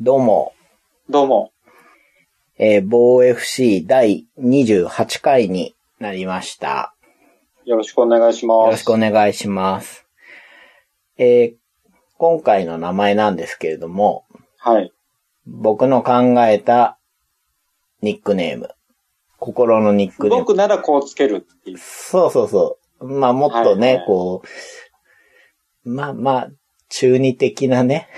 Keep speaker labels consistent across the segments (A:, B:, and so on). A: どうも、
B: どうも。
A: えー、防 FC 第28回になりました。
B: よろしくお願いします。
A: よろしくお願いします。えー、今回の名前なんですけれども、
B: はい。
A: 僕の考えたニックネーム。心のニックネーム。
B: 僕ならこうつけるっていう。
A: そうそうそう。まあもっとね、
B: はいはい
A: こう、まあまあ、中二的な ね、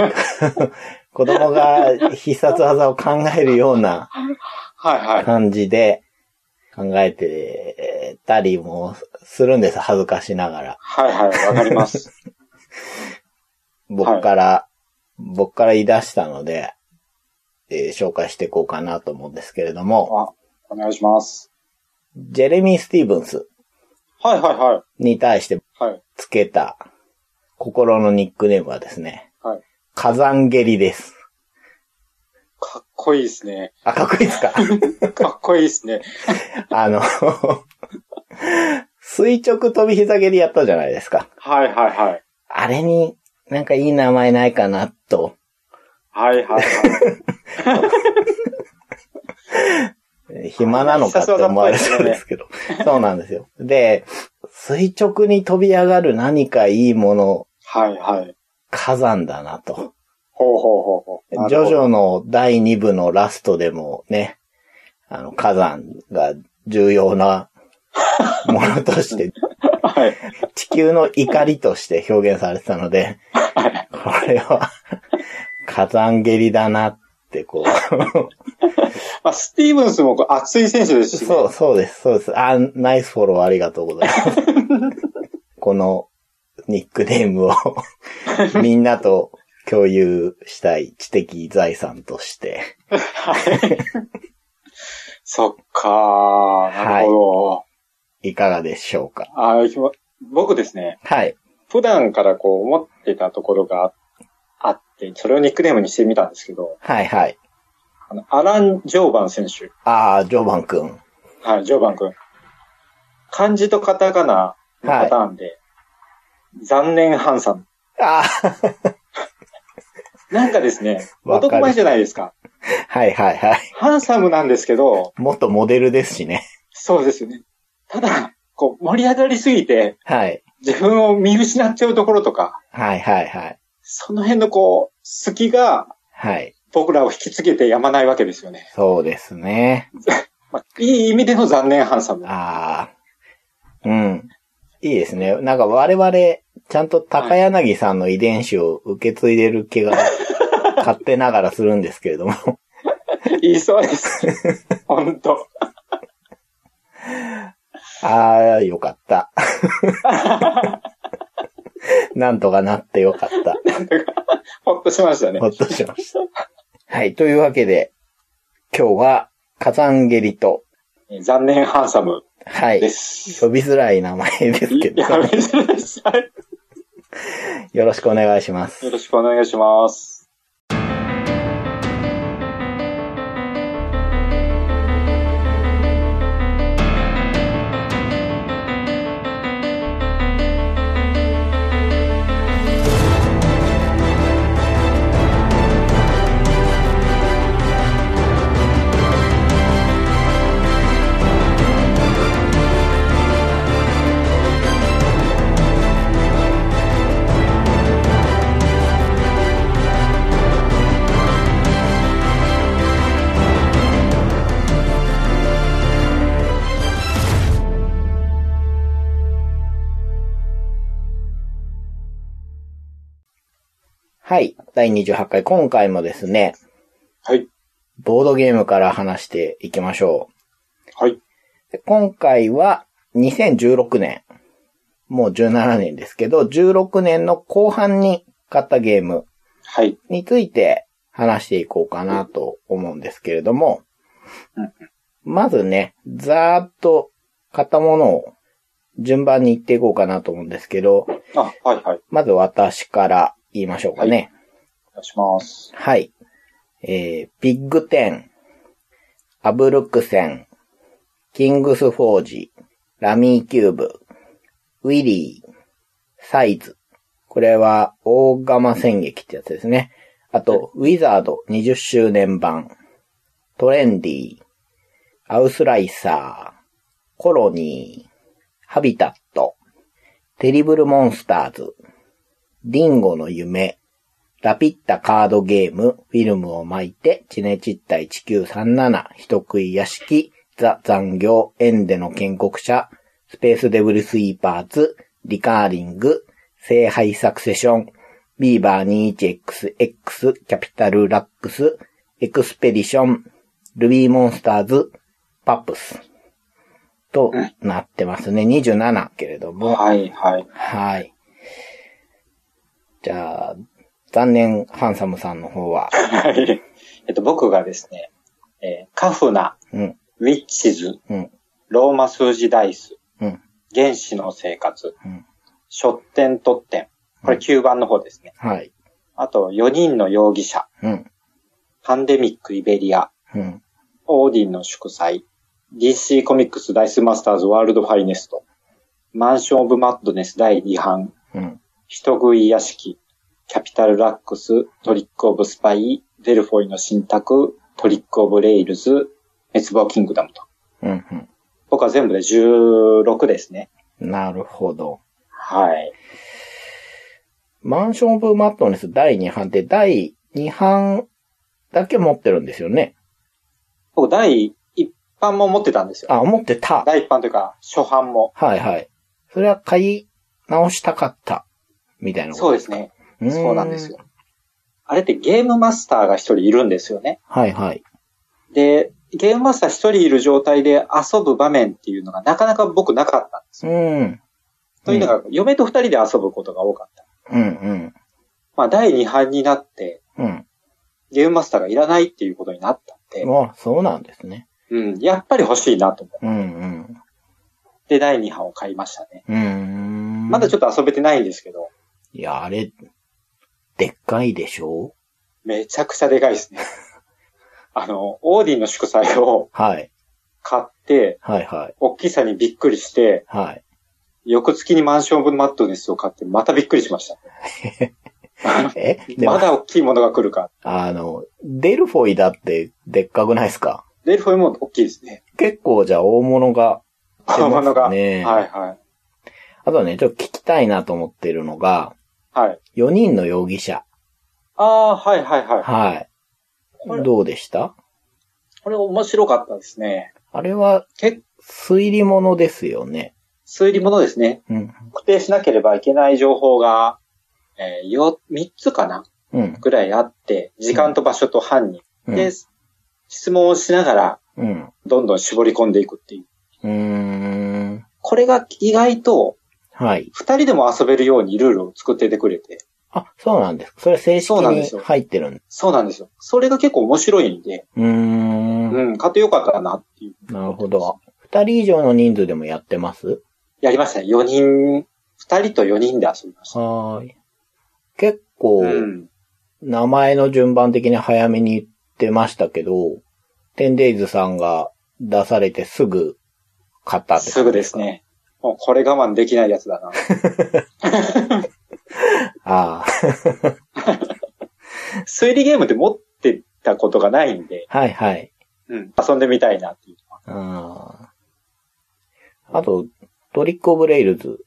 A: 子供が必殺技を考えるような
B: はいはい。
A: 感じで考えてたりもするんです。恥ずかしながら。
B: はいはい。わかり ます。
A: 僕から、僕から言い出したので、えー紹介していこうかなと思うんですけれども、
B: あお願いします。
A: ジェレミー・スティーブンス
B: はいはいは
A: に対して
B: い。はい。
A: つけた心のニックネームはですね、
B: はい。
A: 火山蹴りです。
B: かっこいいですね。
A: あ、かっこいいです か
B: かっこいいですね。
A: あの、垂直飛び膝蹴りやったじゃないですか。
B: はいはいはい。
A: あれになんかいい名前ないかなと
B: はいはいはい。
A: 暇なのかって思われそうですけど。そうなんですよ。で、垂直に飛び上がる何かいいもの、
B: はいはい。
A: 火山だなと。
B: ほうほうほうほう。
A: ジ
B: なる
A: ョ
B: ほ
A: ジ
B: ど
A: ョの第2部のラストでもね、あの、火山が重要なものと して、
B: はい。
A: 地球の怒りとして表現されてたので、これ は火山蹴りだなってこう。
B: まあ、スティーブンスもこう熱い選手ですし、ね。
A: そう、そうです、そうです。あ、ナイスフォローありがとうござい ます。このニックネームを みんなと共有したい知的財産として。
B: そっかー。なるほ
A: いかがでしょうか
B: ど。あーひま僕ですね。
A: はい。
B: 普段からこう思ってたところがあって、それをニックネームにしてみたんですけど、
A: はいはい。
B: あのアラン・ジョーバン選手。
A: ああ、ジョバン君。
B: はい、ジョーバン君。漢字とカタカナのパターンで、残念ハンサム。
A: あ
B: なんかですね、
A: わかる
B: 男前じゃないですか。
A: あ、 はいはいはい。
B: ハンサムなんですけど、
A: 元モデルですしね。
B: そうですよね。ただ、こう、盛り上がりすぎて、
A: はい。
B: 自分を見失っちゃうところとか、
A: はいはいはい。
B: その辺のこう、隙が
A: はい。
B: 僕らを引きつけてやまないわけですよね。
A: そうですね。
B: まあ、いい意味での残念ハンサム。
A: ああ。うん。いいですね。なんか我々、ちゃんと高柳さんの遺伝子を受け継いでる 気が、勝手ながらするんですけれども。
B: 言いそう です。本当
A: ああ、よかった。 なんとかなってよかった。
B: ほっとしましたね
A: ほ。っとしました。はい。というわけで、今日は、火山蹴りと、
B: 残念ハンサム
A: はい
B: で。す。
A: 呼びづらい名前ですけ
B: い
A: ど
B: や、、めてください。
A: よろしくお願いします
B: よ。ろしくお願いします。
A: はい。第28回、今回もですね、
B: はい。
A: ボードゲームから話していきましょ
B: はい。
A: う。で今回は2016年、もう17年ですけど、16年の後半に買ったゲーム
B: はい。
A: について話していこうかなと思うんですけれども
B: うん、
A: まずね、ざーっと買ったものを順番に言っていこうかなと思うんですけど、
B: あ、はい、はい。
A: まず私から言いましょうかね。
B: お願いします。
A: はい。えー、ビッグテン、アブルックセン、キングスフォージ、ラミーキューブ、ウィリー、サイズ。これは、大釜戦劇ってやつですね。あと、ウィザード20周年版、トレンディ、アウスライサー、コロニー、ハビタット、テリブルモンスターズ、ディンゴの夢、ラピッタカードゲーム、フィルムを巻いて、チネチッタ1937、人食い屋敷、ザ残業、エンデの建国者、スペースデブルスイーパーズ、リカーリング、聖杯サクセション、ビーバー 21XX、キャピタルラックス、エクスペディション、ルビーモンスターズ、パップス。となってますね。27けれども。
B: はい、はい。
A: はい。じゃあ、残念、ハンサムさんの方は。
B: はい。えっと、僕がですね、えーカフナ、
A: うん、
B: ウィッチズ、
A: うん、
B: ローマ数字ダイス、
A: うん、
B: 原始の生活、
A: うん。
B: 書店特典。これ
A: うん
B: 9番の方ですね。
A: はい。
B: あと、4人の容疑者、
A: うん、
B: パンデミックイベリア、
A: うん、
B: オーディンの祝祭、DC コミックスダイスマスターズワールドファイネスト、マンションオブマッドネス第2版、
A: うん、
B: 人食い屋敷、キャピタルラックス、トリックオブスパイ、デルフォイの新宅、トリックオブレイルズ、滅亡キングダムと。
A: うん、うん。
B: 僕は全部で16ですね。
A: なるほど。
B: はい。
A: マンションオブマットネス第2版って第2版だけ持ってるんですよね。
B: 僕第1版も持ってたんですよ。
A: あ、持ってた。
B: 第1版というか、初版も。
A: はいはい。それは買い直したかった。みたいなこと
B: そうですね。
A: うー
B: そうなんですよ。。あれってゲームマスターが一人いるんですよね。
A: はいはい。
B: で、ゲームマスター一人いる状態で遊ぶ場面っていうのがなかなか僕なかったんです
A: う
B: よ。
A: ん。
B: というのが、嫁と二人で遊ぶことが多かった。
A: うんうん。
B: まあ、第二版になって、
A: うん。
B: ゲームマスターがいらないっていうことになったんで、
A: あ、そうなんですね。
B: うん、やっぱり欲しいなと思
A: うんうん。
B: って、第二版を買いましたね。
A: うーん。
B: まだ
A: ょ
B: ちょっと遊べてないんですけど、
A: いや、あれ、でっかいでしょ
B: めちゃくちゃでかい ですね。あの、オーディンの祝祭を
A: はい。
B: 買って、
A: はいはい。
B: 大きさにびっくりして、
A: はい。
B: 翌月にマンションオブマットネスを買って、またびっくりしました。
A: え でも
B: まだ大きいものが来るか。
A: あの、デルフォイだってでっかくないですか
B: デルフォイも大きいですね。
A: 結構じゃあ大物が出
B: 大
A: ま
B: 物が。
A: す
B: はい
A: ね。
B: はい。
A: あとね、ちょっと聞きたいなと思ってるのが、
B: はい。
A: 4人の容疑者。
B: ああ、はいはいはい。
A: はい。
B: これ、
A: どうでした
B: これ面白かったですね。
A: あれは
B: け
A: 推理物ですよね。
B: 推理物ですね。
A: うん。
B: 特定しなければいけない情報が、えー、よ、3つかな
A: うん。
B: ぐらいあって、時間と場所と犯人。
A: うん
B: で、質問をしながら、
A: うん。
B: どんどん絞り込んでいくっていう。
A: うーん。
B: これが意外と、
A: はい。
B: 二人でも遊べるようにルールを作っててくれて。
A: あ、そうなんです。それ正式
B: そうなんで
A: に
B: すよ
A: 入ってるんで
B: そうなんですよ。それが結構面白いんで、
A: うーん。
B: うん、買ってよかったなっていう。
A: なるほど。二人以上の人数でもやってます
B: やりましたね。4人、二人と4人で遊びました。
A: はーい。結構、
B: うん。
A: 名前の順番的に早めに言ってましたけど、テンデイズさんが出されてすぐ買ったってこと
B: すぐです。ね。もうこれ我慢できないやつだな。
A: あ
B: 推理ゲームって持ってたことがないんで、
A: あ、はいはい。
B: うん、遊んでみたいなっていうのは。
A: あーあと、トリックオブレイルズ、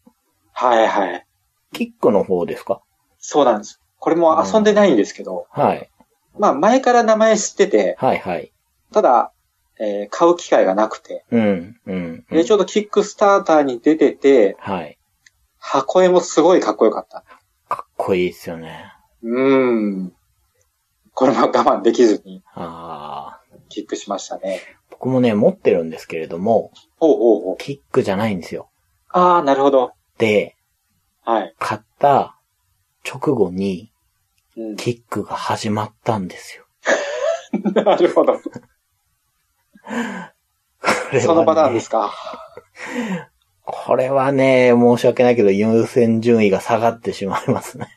B: はいはい。
A: キックの方ですか
B: そうなんです。これも遊んでないんですけど、
A: はい。
B: まあ前から名前知ってて、
A: はいはい。
B: ただ、えー買う機会がなくて、
A: うん、うん。うん
B: で、ちょうどキックスターターに出てて、
A: はい。
B: 箱絵もすごいかっこよかった。
A: かっこいいですよね。
B: うーん。これも我慢できずに
A: ああ。
B: キックしましたね。
A: 僕もね、持ってるんですけれども、
B: ほうほうほう。
A: キックじゃないんですよ。
B: ああ、なるほど。
A: で、
B: はい。
A: 買った直後に、
B: うん、
A: キックが始まったんですよ。
B: なるほど。 そのパターンです
A: か
B: か。
A: これはね、申し訳ないけど、優先順位が下がってしまいます ね。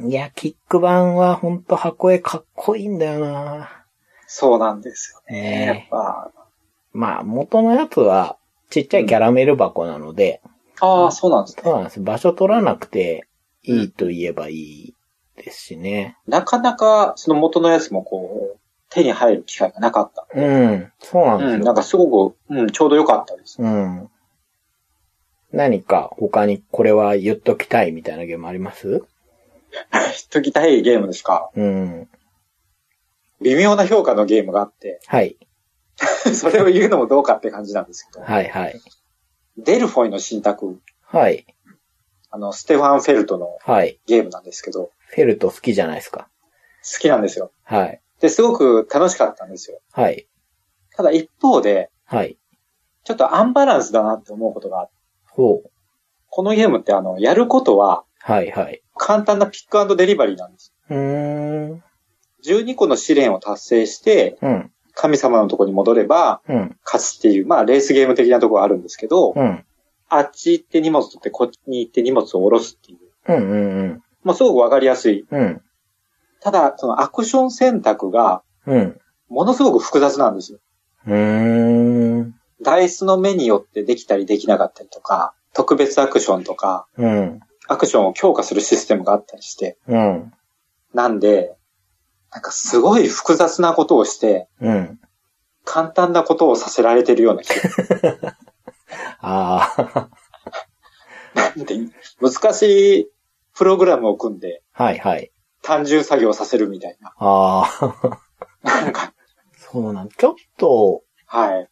A: いや、キック版はほんと箱絵かっこいいんだよな
B: そうなんですよね。やっ
A: ねえ
B: ぱ。
A: まあ、元のやつは、ちっちゃいキャラメル箱なので、
B: ああ、そうなんですね。
A: そうなんです。場所取らなくていいと言えばいいですしね。
B: なかなか、その元のやつもこう、手に入る機会がなかった。
A: うん。そうなんで
B: うん、
A: す
B: な
A: よ
B: ん。かすごく、うん、ちょうど良かったです。
A: うん。何か他にこれは言っときたいみたいなゲームあります
B: 知っときたいゲームですか
A: うん。
B: 微妙な評価のゲームがあって、
A: はい。
B: それを言うのもどうかって感じなんですけど、
A: はいはい。
B: デルフォイの信託、
A: はい。
B: あの、ステファン・フェルトの
A: はい。
B: ゲームなんですけど、好
A: フェルト好きじゃないですか。
B: きなんですよ。
A: はい。
B: で、すごく楽しかったんですよ。
A: はい。
B: ただ一方で、
A: はい。
B: ちょっとアンバランスだなって思うことがあって、
A: ほう。
B: このゲームってあの、やることは
A: はいはい。
B: 簡単なピックデリバリーなんです。
A: うーん。
B: 12個の試練を達成して、
A: うん。
B: 神様のとこに戻れば
A: うん。
B: 勝ちっていう、まあレースゲーム的なところあるんですけど、
A: うん。
B: あっち行って荷物取ってこっちに行って荷物を下ろすっていう。
A: うんうんうん。
B: まあすごくわかりやすい。
A: うん。
B: ただ、そのアクション選択が
A: うん。
B: ものすごく複雑なんですよ。
A: うーん。
B: ダイスの目によってできたりできなかったりとか、特別アクションとか、
A: うん。
B: アクションを強化するシステムがあったりして、
A: うん。
B: なんで、なんかすごい複雑なことをして、
A: うん。
B: 簡単なことをさせられてるような気が。
A: ああ。
B: なんて いう難しいプログラムを組んで、
A: はいはい。
B: 単純作業させるみたいな。
A: ああ。
B: なんか、
A: そうなん。ちょっと、
B: はい。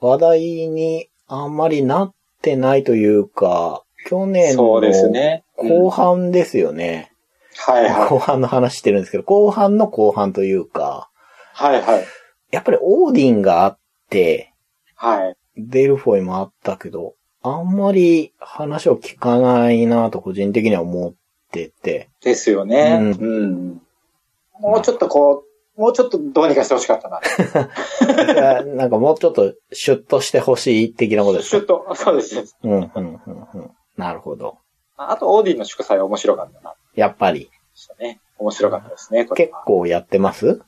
A: 話題にあんまりなってないというか、去年
B: そ
A: の
B: うですね。
A: 後
B: うん
A: 半ですよね。
B: はいはい。
A: 後半の話してるんですけど、後半の後半というか、
B: はいはい。
A: やっぱりオーディンがあって、
B: はい。
A: デルフォイもあったけど、あんまり話を聞かないなと個人的には思ってて。
B: ですよね。
A: う
B: うんん。もうちょっとこう、もうちょっとどうにかしてほしかったな。
A: いやなんかもうちょっとシュッとしてほしい的なことです
B: シュッと、そうです。
A: うん、うん、うん、うん。なるほど。
B: あと、オーディンの祝祭は面白かったな。
A: やっぱり、
B: したね。面白かったですね、これ
A: 結
B: は。
A: 構やってます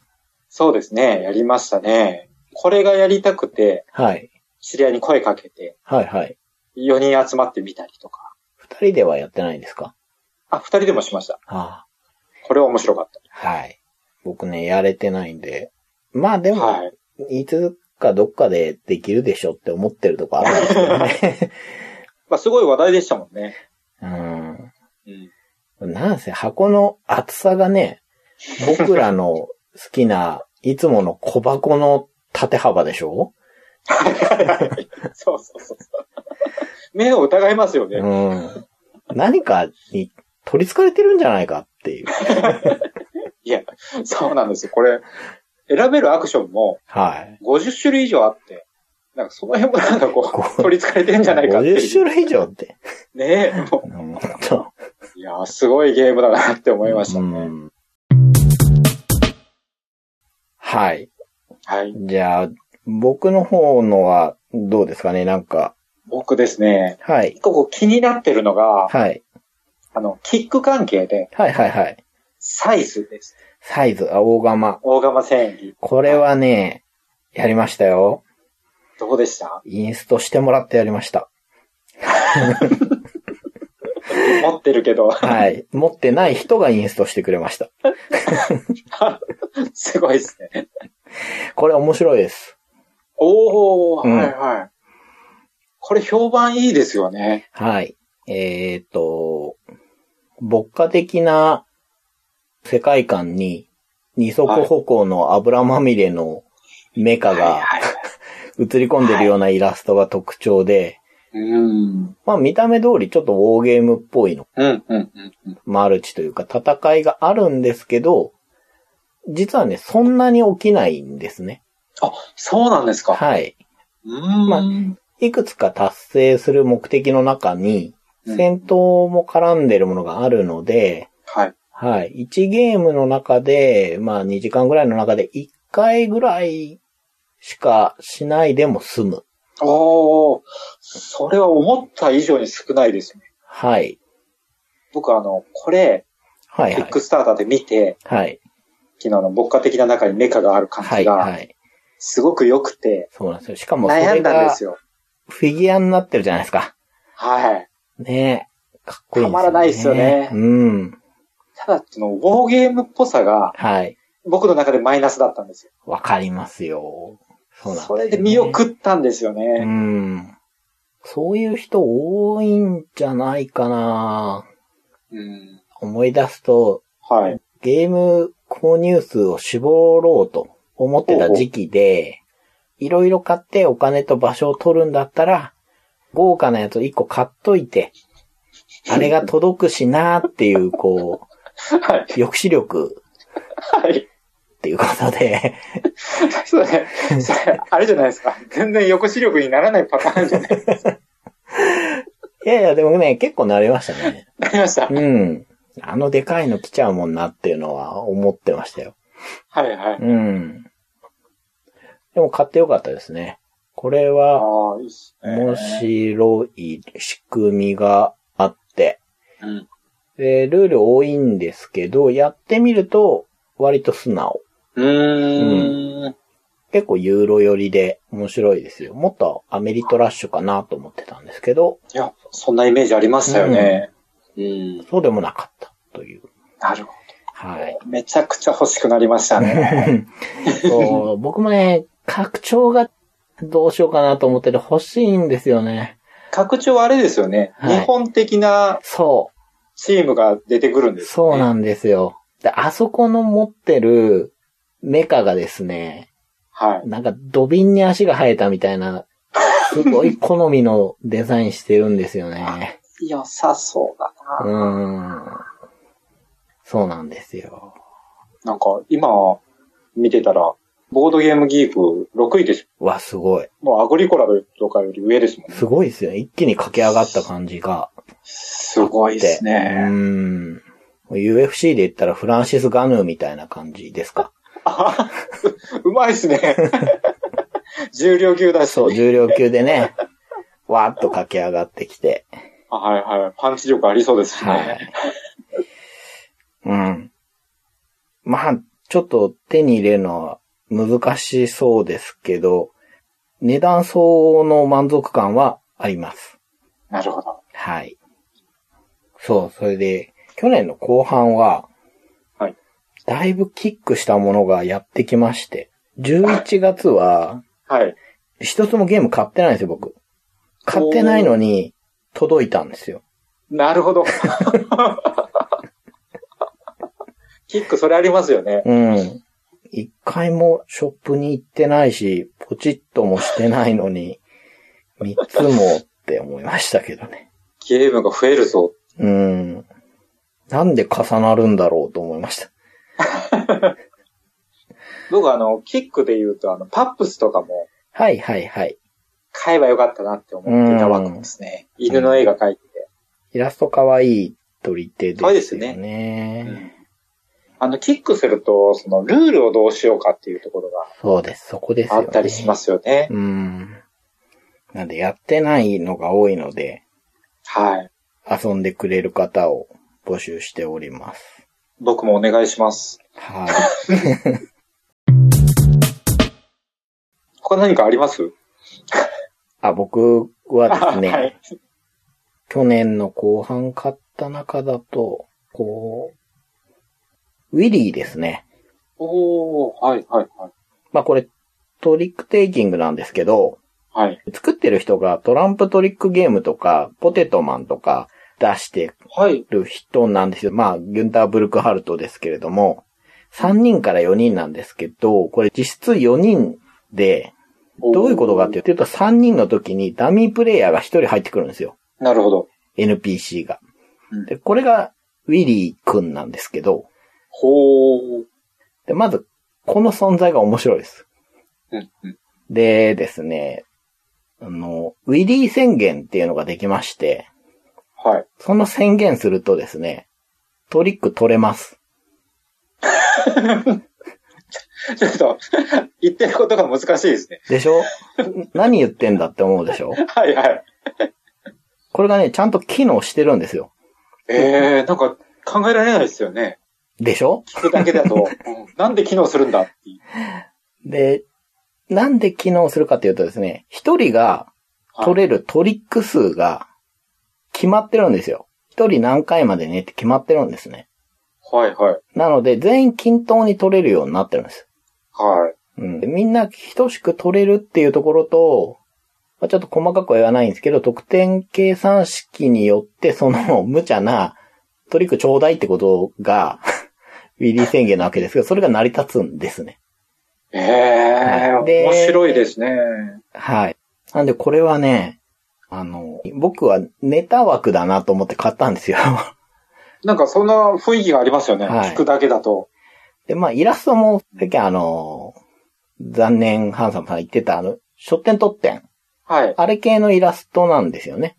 B: そうですね、やりましたね。これがやりたくて、
A: はい。
B: 知り合いに声かけて、
A: はい、はい。
B: 4人集まってみたりとか。
A: 二人ではやってないですか
B: あ、2人でもしました。
A: あ
B: これは面白かっ
A: あはい。僕ね、やれてないんで。まあで
B: た。
A: も、
B: はい。
A: いつかどっかでできるでしょって思ってるとこあるんですけどね。
B: まあ、すごい話題でしたもんね。うん。
A: うん。なんせ箱の厚さがね、僕らの好きないつもの小箱の縦幅でしょ
B: そうそうそうそう。目を疑いますよね。
A: うん。何かに取り憑かれてるんじゃないかっていう。
B: いや、そうなんですよ。これ、選べるアクションも
A: はい。
B: 50種類以上あって、なんかその辺もなんかこ
A: こう
B: う、取り憑かれてんじゃないかっていう。
A: 50種類以上って。
B: ねえ、も
A: うん本当
B: ういやー、すごいゲームだなって思いました
A: う
B: ね。
A: ん。はい。
B: はい。
A: じゃあ、僕の方のはどうですかねなんか。
B: 僕ですね、
A: はい。
B: 一個こう気になってるのが、
A: はい。
B: あの、キック関係で、
A: はいはいはい。
B: サイズです。
A: サイズ、あ大釜。
B: 大釜戦技。
A: これはね、やりましたよ。
B: どうでした
A: インストしてもらってやりました。
B: 持ってるけど、
A: はい。持ってない人がインストしてくれました。
B: すごいですね。
A: これ面白いです。
B: おー、
A: うん
B: はいはい。これ評判いいですよね。
A: はい。えっ、と、牧歌的な世界観に二足歩行の油まみれのメカ
B: はい
A: が
B: はい。
A: 映り込んでるようなイラストが特徴で、
B: うん。
A: まあ見た目通りちょっとウォーゲームっぽいの
B: うん、うん、うんうん。
A: マルチというか戦いがあるんですけど、実はね、そんなに起きないんですね。
B: あ、そうなんですか。
A: はい。
B: うーん。
A: まあいくつか達成する目的の中に、戦闘も絡んでるものがあるので、
B: はい。
A: はい。1ゲームの中で、まあ2時間ぐらいの中で1回ぐらいしかしないでも済む。
B: おー、それは思った以上に少ないですね。
A: はい。
B: 僕あの、これ、
A: はい
B: キ
A: は
B: ッ
A: い。
B: クスターターで見て、
A: はい。
B: 昨日の牧歌的な中にメカがある感
A: は
B: じ
A: い。
B: が、
A: はい。
B: すごく良くて、
A: そうなんですよ。しかもそ
B: 悩
A: れ
B: んだんで
A: が
B: すよ。
A: フィギュアになってるじゃないですか。
B: はい。
A: ねえ。かっこいいですよね。
B: たまらないっすよね
A: うん。
B: ただ、その、ウォーゲームっぽさが、
A: はい。
B: 僕の中でマイナスだったんですよ。
A: わかりますよ。そうなん
B: そ
A: すよね
B: れで見送ったんですよね。
A: うん。そういう人多いんじゃないかな
B: うん。
A: 思い出すと、
B: はい。
A: ゲーム購入数を絞ろうと思ってた時期で、いろいろ買ってお金と場所を取るんだったら、豪華なやつを1個買っといて、あれが届くしなーっていう、こう、
B: はい。
A: 抑止力
B: はい。
A: っていうことで、
B: それ、それ、あれじゃないですか。全然抑止力にならないパターンじゃない。
A: いやいや、でもね、結構慣れましたね。
B: なりました。はい
A: うん。あのでかいの来ちゃうもんなっていうのは思ってましたよ。
B: はい。
A: うん。でも買ってよかったですね。これは
B: ああ、いいっすね。
A: 面白い仕組みがあって、
B: うん。
A: でルール多いんですけど、やってみると割と素直。
B: うーん。
A: 結構ユーロ寄りで面白いですよ。もっとアメリトラッシュかなと思ってたんですけど、
B: いや、そんなイメージありましたよね。うん。
A: そうでもなかったという。
B: なるほ
A: はい。
B: ど。めちゃくちゃ欲しくなりましたね。
A: そう僕もね、拡張がどうしようかなと思ってて欲しいんですよね。
B: 拡張はあれですよね。
A: はい
B: 日本的な
A: そう。
B: チームが出てくるんですよね。
A: そうなんですよ。で、あそこの持ってるメカがですね、
B: はい。
A: なんか土瓶に足が生えたみたいな、すごい好みのデザインしてるんですよね。
B: 良さそうだ
A: う
B: な。
A: ーん。そうなんですよ。
B: なんか、今、見てたら、ボードゲームギーク6位です。
A: わ、すごい。
B: もうアグリコラとかより上ですもんね。
A: すごいですよね。一気に駆け上がった感じが。
B: すごいです
A: うー
B: ね。
A: ん。UFC で言ったらフランシス・ガヌーみたいな感じですか。
B: あううまいですね。重量級だし。
A: そう、重量級でね、わーっと駆け上がってきて。
B: あはいはい。パンチ力ありそうですしね。
A: はい。うん。まあ、ちょっと手に入れるのは難しそうですけど、値段相応の満足感はあります。
B: なるほど。
A: はい。そう、それで、去年の後半は、
B: はい。
A: だいぶキックしたものがやってきまして、11月は、
B: はい。
A: 一つもゲーム買ってないんですよ、僕。買ってないのに、届いたんですよ。
B: なるほど。 キック、それありますよね。
A: うん。一回もショップに行ってないし、ポチッともしてないのに、三つもって思いましたけどね。
B: ゲームが増えるぞ。
A: うん。なんで重なるんだろうと思いました。
B: 僕あの、キックで言うと、あの、パップスとかも
A: はいはいはい。
B: 買えばよかったなって思ってたわけですね。犬の絵が描いてて。
A: イラスト可愛い鳥手ですよ
B: 可愛い
A: ね。
B: ですよあの、キックすると、その、ルールをどうしようかっていうところが
A: そうです、そこですよ
B: あ
A: ね。。
B: ったりしますすよね。
A: うん。なんでやってないのが多いので、
B: はい。
A: 遊んでくれる方を募集しております。
B: 僕もお願いします。
A: はい。
B: 他何かあります
A: あ、僕はですね、
B: はい。
A: 去年の後半買った中だと、こう、ウィリーですね。
B: おー、はい、はい、はい。
A: まあこれトリックテイキングなんですけど、
B: はい。
A: 作ってる人がトランプトリックゲームとか、ポテトマンとか出して
B: はい。
A: る人なんですよ。まあ、ギュンター・ブルクハルトですけれども、3人から4人なんですけど、これ実質4人で、どういうことかっていうと、3人の時にダミープレイヤーが1人入ってくるんですよ。
B: なるほど。
A: NPC が
B: うん。
A: で、これがウィリーくんなんですけど、
B: ほー。
A: で、まず、この存在が面白いです。
B: うん、うん。
A: でですね、あの、ウィリー宣言っていうのができまして、
B: はい。
A: その宣言するとですね、トリック取れます。
B: ちょっと、 言ってることが難しいですね。
A: でしょ ん何言ってんだって思うでしょ
B: はい、はい。
A: これがね、ちゃんと機能してるんですよ。
B: えー、なんか、考えられないですよね。
A: でしょ
B: 聞くだけだと、うんなんで機能するんだっていう。
A: で、なんで機能するかっていうとですね、一人が取れるトリック数が決まってるんですよ。一人何回までねって決まってるんですね。
B: はいはい。
A: なので、全員均等に取れるようになってるんです。
B: はい。
A: うん。でみんな等しく取れるっていうところと、まあちょっと細かくは言わないんですけど、得点計算式によって、その無茶なトリックちょうだいってことが、ウィリー宣言なわけですけど、それが成り立つんですね。
B: え
A: は
B: え
A: いで
B: 面白いですね。
A: はい。なんでこれはね、あの、僕はネタ枠だなと思って買ったんですよ。
B: なんかそんな雰囲気がありますよね。
A: はい
B: 聞くだけだと。
A: で、まあ、イラストも、最近あの、残念ハンサムさん言ってた、あの、書店特典。
B: はい。
A: あれ系のイラストなんですよね。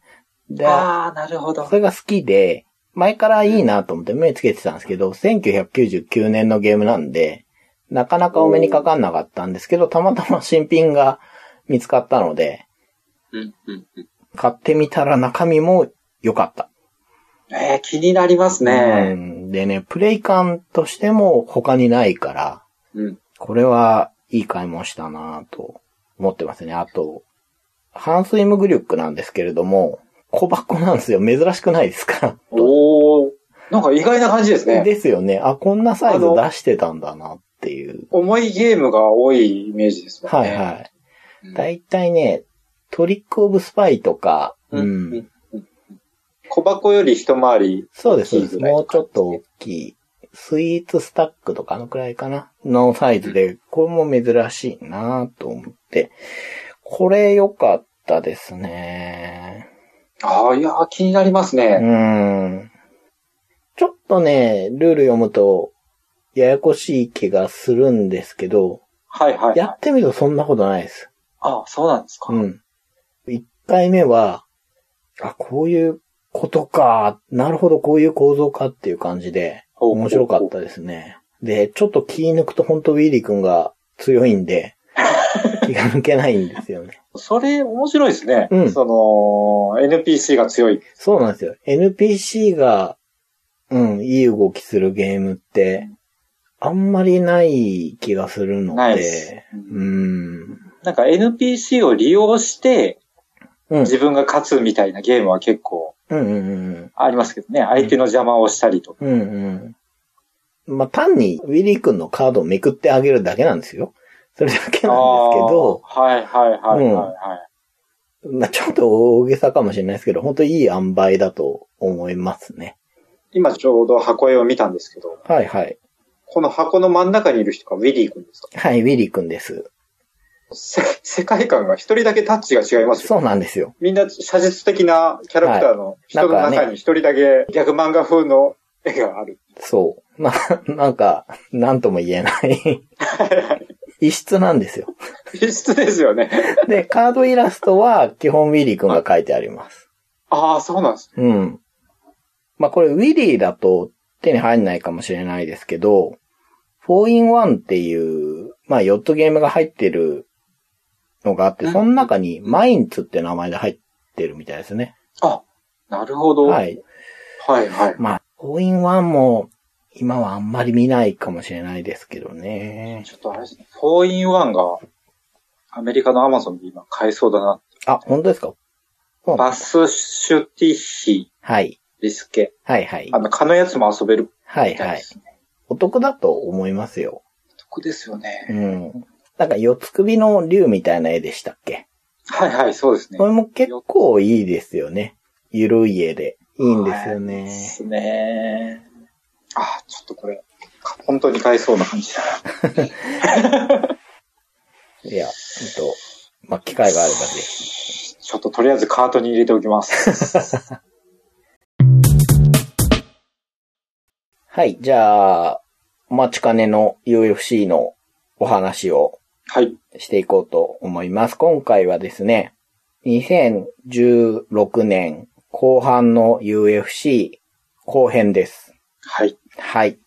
A: で、
B: ああ、なるほど
A: そ。れが好きで、前からいいなと思って目つけてたんですけど、1999年のゲームなんで、なかなかお目にかかんなかったんですけど、たまたま新品が見つかったので、
B: うんうんうん
A: 買ってみたら中身も良かった。
B: えー、気になりますね。
A: うんでね、プレイ感としても他にないから、
B: うん。
A: これはいい買い物したなぁと思ってますね。あと、ハンスイムグリュックなんですけれども、小箱なんですよ。珍しくないですか
B: おおなんか意外な感じですね。
A: ですよね。あ、こんなサイズ
B: あの
A: 出してたんだなっていう。
B: 重いゲームが多いイメージですもんね。
A: はいはい。
B: い
A: だいたいね、トリックオブスパイとか、
B: う
A: うん
B: ん。うんうん小箱より一回り。
A: そうです、そうで
B: 大きい
A: す。
B: ぐらい
A: も
B: の
A: うちょっと大きい。スイーツスタックとかあのくらいかなのサイズで、これも珍しいなぁと思って。これ良かったですね。
B: ああ、いやー、気になります
A: う
B: ね。
A: ーんちょっとね、ルール読むと、ややこしい気がするんですけど、
B: はいはい
A: や
B: はい。
A: ってみるとそんなことないです。
B: あそうなんですか。
A: うん。1回目は、あ、こういうことか、なるほど、こういう構造かっていう感じで、
B: ほう
A: 面白かっ。たですね。で、ちょっと気抜くと本当ウィリー君が強いん で、気が抜けないんですよね。
B: それ、面白いですね。
A: うん
B: その、NPC が強い。
A: そうなんですよ。NPC が、うん、いい動きするゲームって、あんまりない気がするの
B: ないです
A: で、うん。
B: なんか NPC を利用して、
A: うん。うん
B: 自分が勝つみたいなゲームは結構
A: うんうん
B: ありますけどね。相手の邪魔をしたりとか。
A: うん。うんうん。まあ、単にウィリー君のカードをめくってあげるだけなんですよ。それだけなんですけど、
B: あーはいはいはいはい、はい
A: まあ、ちょっと大げさかもしれないですけど、本当いい塩梅だと思いますね。
B: 今ちょうど箱絵を見たんですけど、
A: はいはい。
B: この箱の真ん中にいる人がウィリー君ですか
A: はい、ウィリー君です。
B: せ世界観が一人だけタッチが違いますよ。
A: そうなんですよ。
B: みんな写実的なキャラクターの人の
A: はいなんか
B: 中
A: ね
B: に一人だけギャグ漫画風の絵がある。
A: そう。 まあ、なんか、なんとも言え ない。異質なんですよ。
B: 必須ですよね。
A: で、カードイラストは基本ウィリー君が書いてあります。
B: ああ、そうなんですね。
A: うん。まあこれウィリーだと手に入んないかもしれないですけど、4in1 っていう、まあ4つゲームが入ってるのがあって、
B: うん
A: その中にマインツって名前で入ってるみたいですね。
B: あ、なるほど。
A: は
B: はい。
A: い。
B: はいはい。
A: まあ 4in1 も今はあんまり見ないかもしれないですけどね。
B: ちょっとあれですね。4 in 1がアメリカのアマゾンで今買えそうだな。
A: あ、本当ですかそうなん
B: バ
A: です
B: スシュティヒ
A: はい。
B: リスケ。
A: はいはい
B: あ。の、蚊のやつも遊べる
A: は
B: み
A: い
B: た
A: はいい
B: で。すね。
A: お得だと思いますよ。
B: 得ですよ
A: う
B: ね。
A: ん。なんか四つ首の竜みたいな絵でしたっけ
B: はいはい、そうですね。
A: これも結構いいですよね。ゆるい絵で。いいんですよ
B: はいで
A: ね。
B: すね。あ、ちょっとこれ、か本当に買えそうな感じだな。
A: いや、ほんと、まあ、機会があればぜひ。
B: ちょっととりあえずカートに入れておきます。
A: はい、じゃあ、お待ちかねの UFC のお話を
B: はい。
A: していこうと思います。今回はですね、2016年後半の UFC 後編です。
B: はい。
A: はい。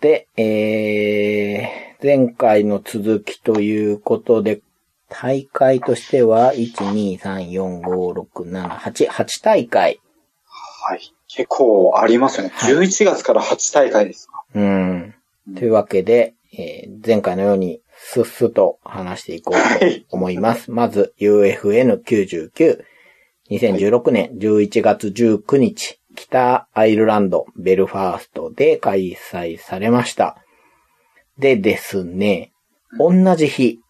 A: で、えー、前回の続きということで、大会としては、1,2,3,4,5,6,7,8,8大会。
B: はい。結構ありますよね。
A: はい
B: 11月から8大会ですか。
A: うん。というわけで、えー前回のように、すっすと話していこうと思います。まず、UFN99。2016年11月19日、北アイルランド、ベルファーストで開催されました。でですね、同じ日、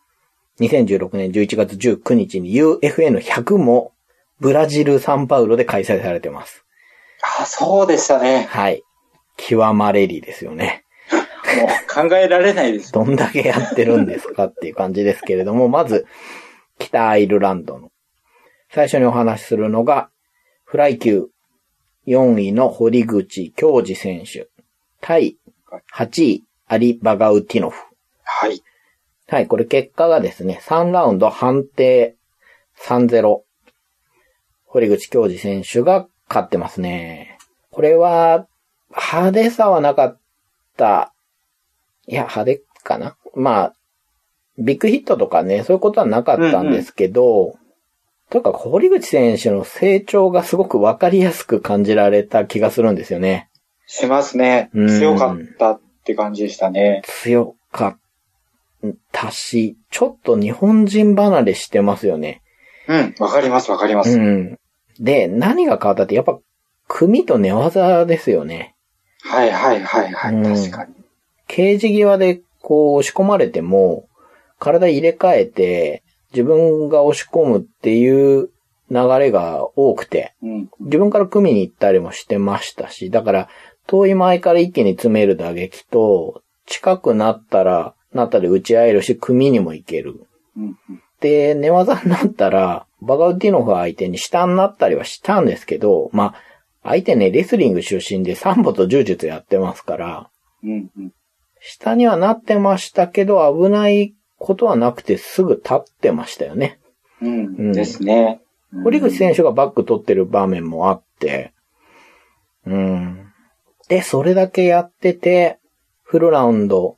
A: 2016年11月19日に UFN100 もブラジル・サンパウロで開催されてます。
B: あ、そうでしたね。
A: はい。極まれりですよね。
B: もう考えられないです。
A: どんだけやってるんですかっていう感じですけれども、 まず、北アイルランドの。最初にお話しするのが、フライ級4位の堀口京二選手。対8位、アリ・バガウティノフ。
B: はい。
A: はい、これ結果がですね、3ラウンド判定3-0。堀口教授選手が勝ってますね。これは、派手さはなかった。いや、派手かな。まあ、ビッグヒットとかね、そういうことはなかったんですけど、というか、堀口選手の成長がすごくわかりやすく感じられた気がするんですよね。
B: しますね。
A: うん
B: 強かったって感じでしたね。
A: 強かったし、ちょっと日本人離れしてますよね。
B: うん。わかります、わかりま
A: う
B: す。
A: ん。で、何が変わったって、やっぱ、組と寝技ですよね。
B: はいはいはいは
A: うん
B: い。確かに。
A: ケージ際で、こう、押し込まれても、体入れ替えて、自分が押し込むっていう流れが多くて、
B: うん。
A: 自分から組みに行ったりもしてましたし、だから、遠い前から一気に詰める打撃と、近くなったら、なったで打ち合えるし、組にも行ける。
B: うん。
A: で、寝技になったら、バガウティノフ相手に下になったりはしたんですけど、まあ、相手ね、レスリング出身でサンボと柔術やってますから、
B: うん。うん。
A: 下にはなってましたけど、危ないことはなくてすぐ立ってましたよね。
B: うん。ですね。
A: 堀口選手がバック取ってる場面もあって、うん。で、それだけやってて、フルラウンド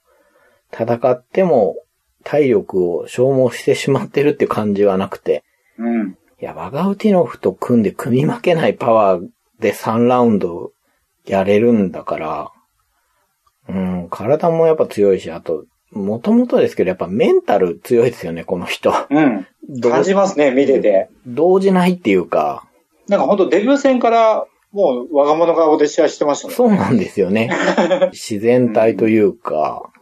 A: 戦っても体力を消耗してしまってるって感じはなくて、
B: 手。うん。
A: いや、バガウティノフと組んで組み負けないパワーで3ラウンドやれるんだから、うん、体もやっぱ強いし、あと、もともとですけど、やっぱメンタル強いですよね、この 人。
B: うん。
A: どう
B: 感じますね、見てて。
A: 動じないっていうか、
B: なんか本当デビュー戦から、もう、我が物顔で試合してましたね。
A: そうなんですよ ね。自然体というか、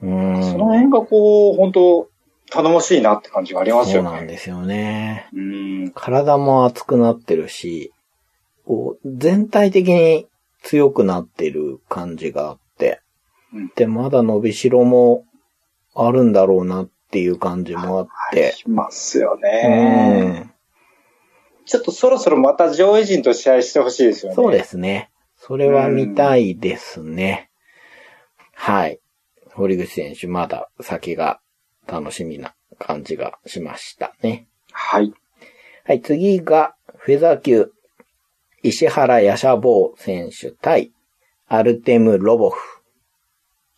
A: うん。
B: その辺がこう、本当頼もしいなって感じがあります
A: そう
B: よ
A: なん
B: ね。
A: ですよね。
B: うん。
A: 体も熱くなってるし、こう、全体的に強くなってる感じがあって
B: うん、
A: で、まだ伸びしろもあるんだろうなっていう感じもあって、
B: しますよ
A: う
B: ね。
A: ん
B: ちょっとそろそろまた上位陣と試合してほしいですよね。
A: そうですね。それは見たいですね。はい。堀口選手、まだ先が楽しみな感じがしましたね。
B: はい。
A: はい、次が、フェザー級、石原ヤシャボー選手対、アルテム・ロボフ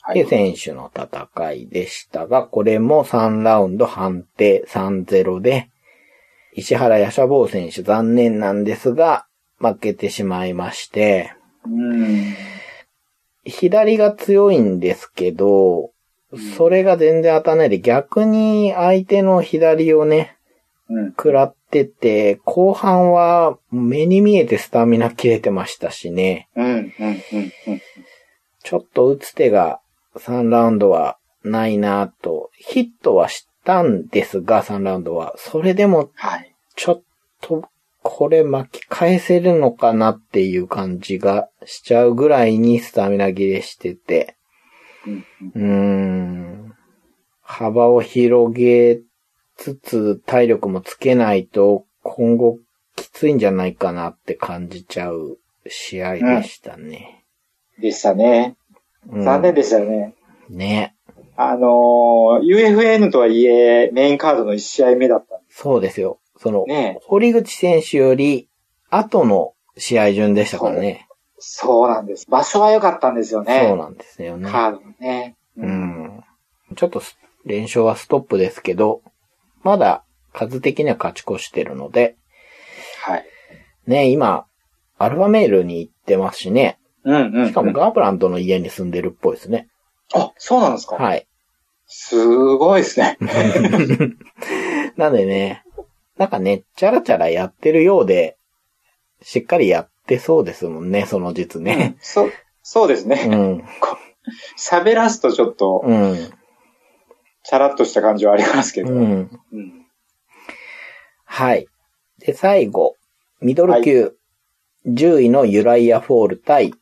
B: は
A: という
B: い。
A: 選手の戦いでしたが、これも3ラウンド判定3-0で、石原ヤシャボー選手残念なんですが、負けてしまいまして、
B: うん。
A: 左が強いんですけど、それが全然当たらないで、逆に相手の左をね、
B: うん。
A: 食らってて、後半は目に見えてスタミナ切れてましたしね。
B: うん。うん。うん。うん。
A: ちょっと打つ手が3ラウンドはないなぁと、ヒットはしたんですが、3ラウンドは。それでも
B: はい。
A: ちょっと、これ巻き返せるのかなっていう感じがしちゃうぐらいにスタミナ切れしてて。
B: うん。うん
A: うーん。幅を広げつつ体力もつけないと今後きついんじゃないかなって感じちゃう試合でしたね。
B: でしたね。
A: うん
B: 残念でしたよね。
A: ね。
B: あのー、UFN とはいえ、メインカードの1試合目だったんで
A: そうですよ。その、
B: ね
A: 堀口選手より後の試合順でしたからね。
B: そうなんです。場所は良かったんですよ
A: そう
B: ね。
A: なんですよね。
B: カードもね。
A: う。ん。ちょっとす連勝はストップですけど、まだ数的には勝ち越してるので、
B: はい。
A: ね、今、アルファメールに行ってますしね。
B: うんうん。
A: しかもガーブランドの家に住んでるっぽいですね。
B: あ、そうなんですか
A: はい。
B: すごいですね。
A: なんでね、なんかね、チャラチャラやってるようで、しっかりやっってそうですもんね、その実ね。
B: そう、そうです
A: う
B: ね。
A: ん。
B: 喋らすとちょっと、
A: うん。
B: チャラッとした感じはありますけど。
A: う
B: うん
A: ん。はい。で、最後、ミドル級、10位のユライア・フォール対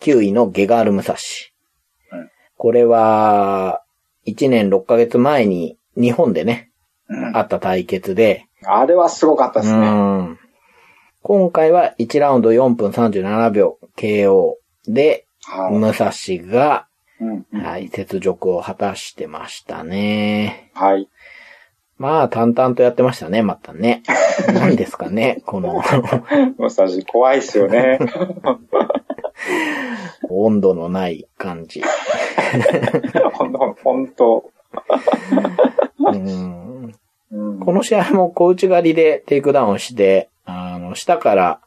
A: 9位のゲガール・ムサシ。
B: うん
A: これは、1年6ヶ月前に日本でね、
B: うん
A: あった対決で、
B: あれはすごかったですね。
A: うん今回は1ラウンド4分37秒 KO で、
B: はい
A: ムサシが、
B: うんうん
A: はい、雪辱を果たしてましたね。
B: はい。
A: まあ、淡々とやってましたね、また ね。何ですかね、この
B: ムサシ怖いです よね。
A: 温度のない感じ。
B: ほんと、ほんと。
A: うん
B: うん
A: この試合も小内刈りでテイクダウンして、あの、下から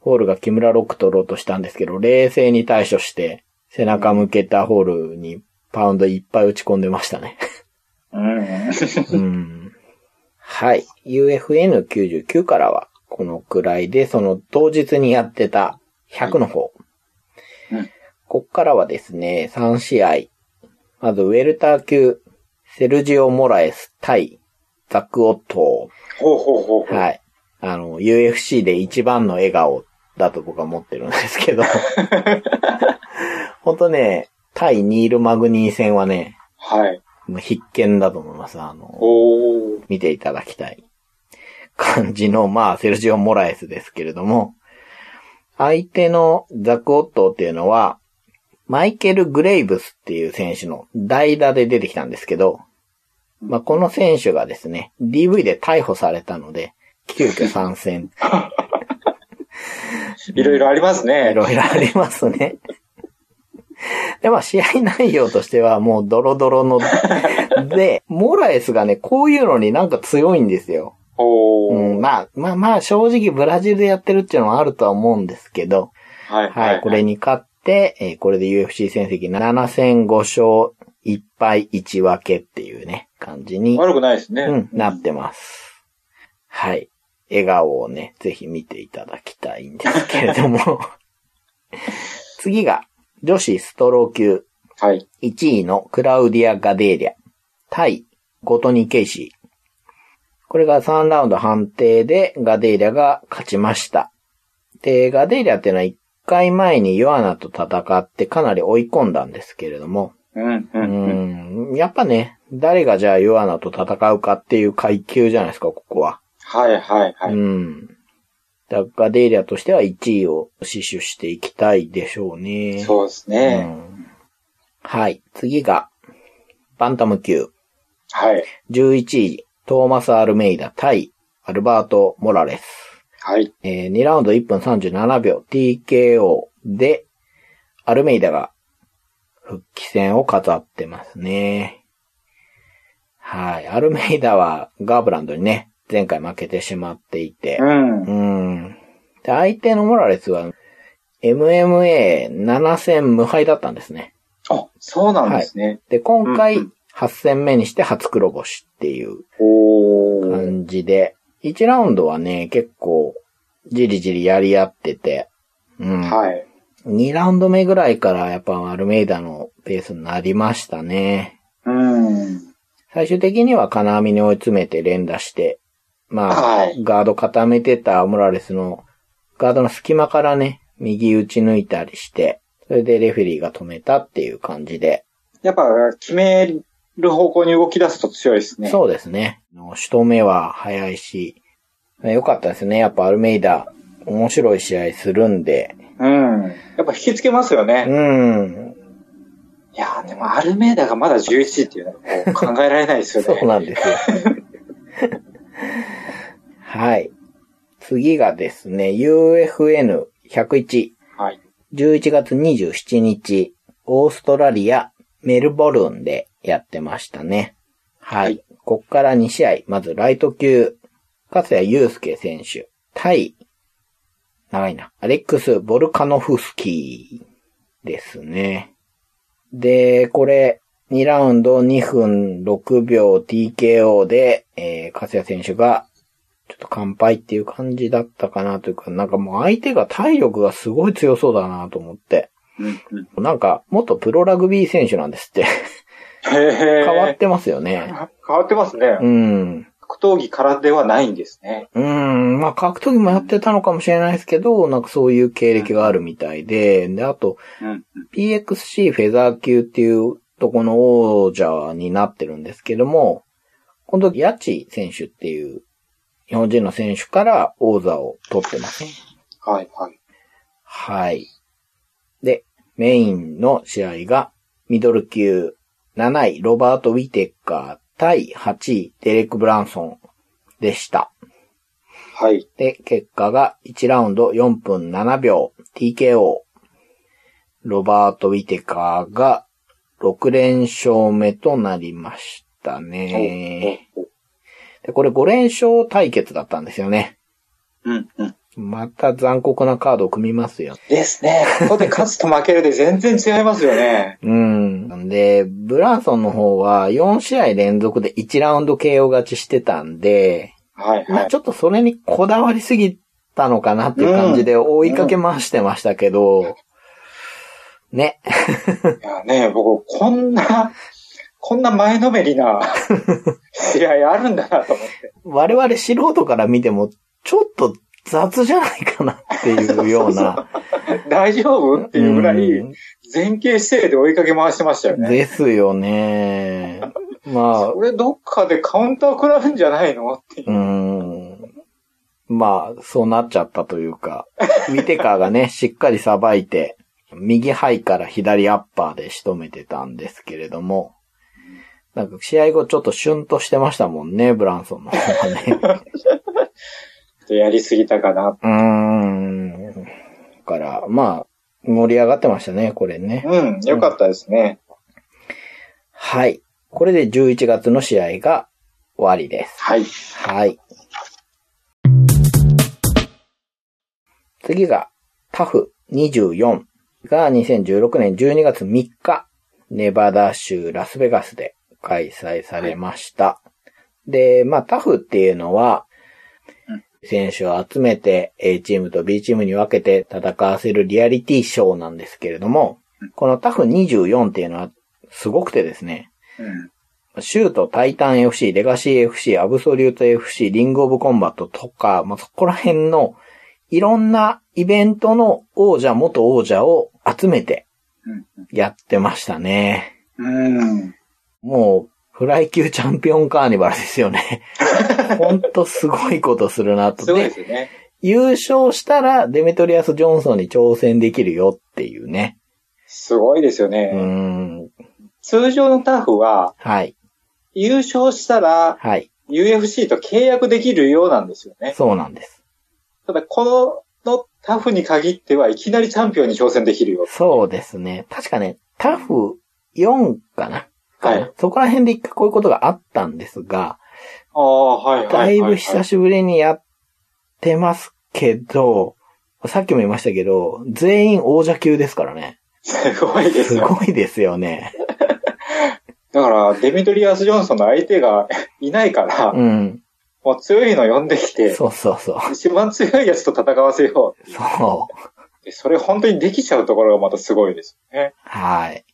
A: ホールが木村ロック取ろうとしたんですけど、冷静に対処して、背中向けたホールにパウンドいっぱい打ち込んでましたね。
B: うん
A: うんはい。UFN99 からは、このくらいで、その当日にやってた100の方。
B: うん
A: こっからはですね、3試合。まず、ウェルター級、セルジオ・モラエス対ザック・オット
B: ほうほうほうほ
A: ー。
B: う。
A: はい。あの、UFC で一番の笑顔だと僕は思ってるんですけど。 ほんとね、対ニール・マグニー戦はね、
B: はい。
A: もう必見だと思います。あの、
B: おー。
A: 見ていただきたい感じの、まあ、セルジオ・モラエスですけれども、相手のザク・オットーっていうのは、マイケル・グレイブスっていう選手の代打で出てきたんですけど、まあ、この選手がですね、DV で逮捕されたので、急遽参戦。
B: いろいろありますね。
A: いろいろありますね。で、まあ、試合内容としてはもうドロドロの、で、モラエスがね、こういうのになんか強いんですよ。
B: おー。
A: うん、まあ、まあまあ、正直ブラジルでやってるっていうのはあるとは思うんですけど、
B: はい。
A: はい、これに勝って、えーこれで UFC 戦績7戦5勝1敗1分けっていうね、感じに、
B: 悪くないですね。
A: うん、なってます。はい。笑顔をね、ぜひ見ていただきたいんですけれど も。次が、女子ストロー級
B: はい。
A: 1位のクラウディア・ガデーリャ対ゴトニ・ケイシー。これが3ラウンド判定でガデーリャが勝ちました。で、ガデーリャっていうのは1回前にヨアナと戦ってかなり追い込んだんですけれども、
B: うん、う、
A: うん
B: うん。
A: ん、やっぱね、誰がじゃあヨアナと戦うかっていう階級じゃないですか、ここは。
B: はい、はい、は
A: う
B: い。
A: ん。だからガデーリャとしては1位を死守していきたいでしょうね。
B: そうですね。
A: うんはい。次が、バンタム級。
B: はい。
A: 11位、トーマス・アルメイダ対アルバート・モラレス。
B: はい。
A: えー2ラウンド1分37秒 TKO で、アルメイダが復帰戦を飾ってますね。はい。アルメイダはガーブランドにね、前回負けてしまっていて。
B: うん。
A: うん。で、相手のモラレスは、MMA7 戦無敗だったんですね。
B: あ、そうなんですね。
A: で、今
B: う
A: 回
B: ん、
A: 8戦目にして初黒星っていう
B: おー。
A: 感じで、1ラウンドはね、結構、じりじりやり合ってて、うん。
B: はい。
A: 2ラウンド目ぐらいから、やっぱアルメイダのペースになりましたね。
B: うん。
A: 最終的には金網に追い詰めて連打して、まあ、
B: はい。
A: ガード固めてたモラレスの、ガードの隙間からね、右打ち抜いたりして、それでレフェリーが止めたっていう感じで、
B: やっぱ、決める方向に動き出すと強いですね。
A: そうですね。仕留めは早いし、ね良かったですね。やっぱアルメイダ、面白い試合するんで。
B: うん。やっぱ引きつけますよね。
A: うん。
B: いやーでもアルメーダがまだ11位っていうのはこう考えられないですよね。
A: そうなんですよ。はい。次がですね、UFN101。
B: はい。
A: 11月27日、オーストラリア、メルボルンでやってましたね。は
B: はいい。
A: こっから2試合。まず、ライト級、勝谷祐介選手、対、長いな、アレックス・ボルカノフスキーですね。で、これ、2ラウンド2分6秒 TKO で、えー、勝谷選手が、ちょっと乾杯っていう感じだったかなというか、なんかもう相手が体力がすごい強そうだなと思って。
B: うんうん。
A: なんか、元プロラグビー選手なんですって。
B: へえ。
A: 変わっ
B: 変
A: てますよね。
B: わってますね
A: う。ん。
B: 格闘技からではないんですね。
A: うん、まあ格闘技もやってたのかもしれないですけど、なんかそういう経歴があるみたいで、で、あと、
B: うん。
A: PXC フェザー級っていうとこの王者になってるんですけども、この時、ヤチ選手っていう日本人の選手から王座を取ってますね。
B: はいはい。
A: はい。で、メインの試合が、ミドル級7位、ロバート・ウィテッカー対8位、デレック・ブランソンでした。
B: はい。
A: で、結果が1ラウンド4分7秒、TKO。ロバート・ウィテカーが6連勝目となりましたね。
B: おおお
A: で、これ5連勝対決だったんですよね。
B: うんうん。
A: また残酷なカードを組みますよ。
B: ですね。ここで勝つと負けるで全然違いますよね。
A: うん。で、ブランソンの方は4試合連続で1ラウンド KO 勝ちしてたんで、
B: はい
A: ま
B: は
A: あ
B: い。
A: ちょっとそれにこだわりすぎたのかなっていう感じで追いかけ回してましたけど、ね。
B: いやね、僕、こんな、こんな前のめりな試合あるんだなと思って。
A: 我々素人から見ても、ちょっと雑じゃないかなっていうよう な。
B: 大丈夫っていうぐら
A: う
B: い、
A: ん
B: 前傾姿勢で追いかけ回してましたよね。
A: ですよね。まあ、
B: これどっかでカウンター食らうんじゃないのっていう
A: う。ん。まあ、そうなっちゃったというか、見てからがね、しっかりさばいて、右ハイから左アッパーで仕留めてたんですけれども、なんか試合後ちょっとシュンとしてましたもんね、ブランソンの方はね。
B: ちょっとやりすぎたかな。
A: うーん。だから、まあ、盛り上がってましたね、これね。
B: うん、よかったですね。
A: はい。これで11月の試合が終わりです。
B: はい。
A: はい。次が、タフ24が2016年12月3日、ネバダ州ラスベガスで開催されました。で、まあタフっていうのは
B: うん、
A: 選手を集めて A チームと B チームに分けて戦わせるリアリティショーなんですけれども、このタフ24っていうのはすごくてですね、
B: うん。
A: シュート、タイタン FC、レガシー FC、アブソリュート FC、リングオブコンバットとか、まあ、そこら辺のいろんなイベントの王者、元王者を集めてやってましたね。
B: うん。
A: もう、フライ級チャンピオンカーニバルですよ ね。ほんとすごいことするなと。
B: すごいで
A: です
B: よね。
A: 優勝したらデメトリアス・ジョンソンに挑戦できるよっていうね。
B: すごいですよ
A: うー
B: ね。
A: ん。
B: 通常のタフは、
A: はい。
B: 優勝したら
A: はい。
B: UFC と契約できるようなんですよね。
A: そうなんです。
B: ただ、この、のタフに限ってはいきなりチャンピオンに挑戦できるよ。
A: そうですね。確かね、タフ4かな。
B: はい。
A: そこら辺で一回こういうことがあったんですが、
B: ああ、はい、はい。
A: だいぶ
B: は
A: 久しぶりにやってますけど、さっきも言いましたけど、全員王者級ですからね。
B: すごいです
A: す
B: よ。
A: ごいですよね。
B: だから、デミトリアス・ジョンソンの相手がいないから、
A: うん。
B: もう強いの呼んできて、
A: そうそうそう。
B: 一番強いやつと戦わせよう
A: そう。
B: って。それ本当にできちゃうところがまたすごいですよね。
A: はい。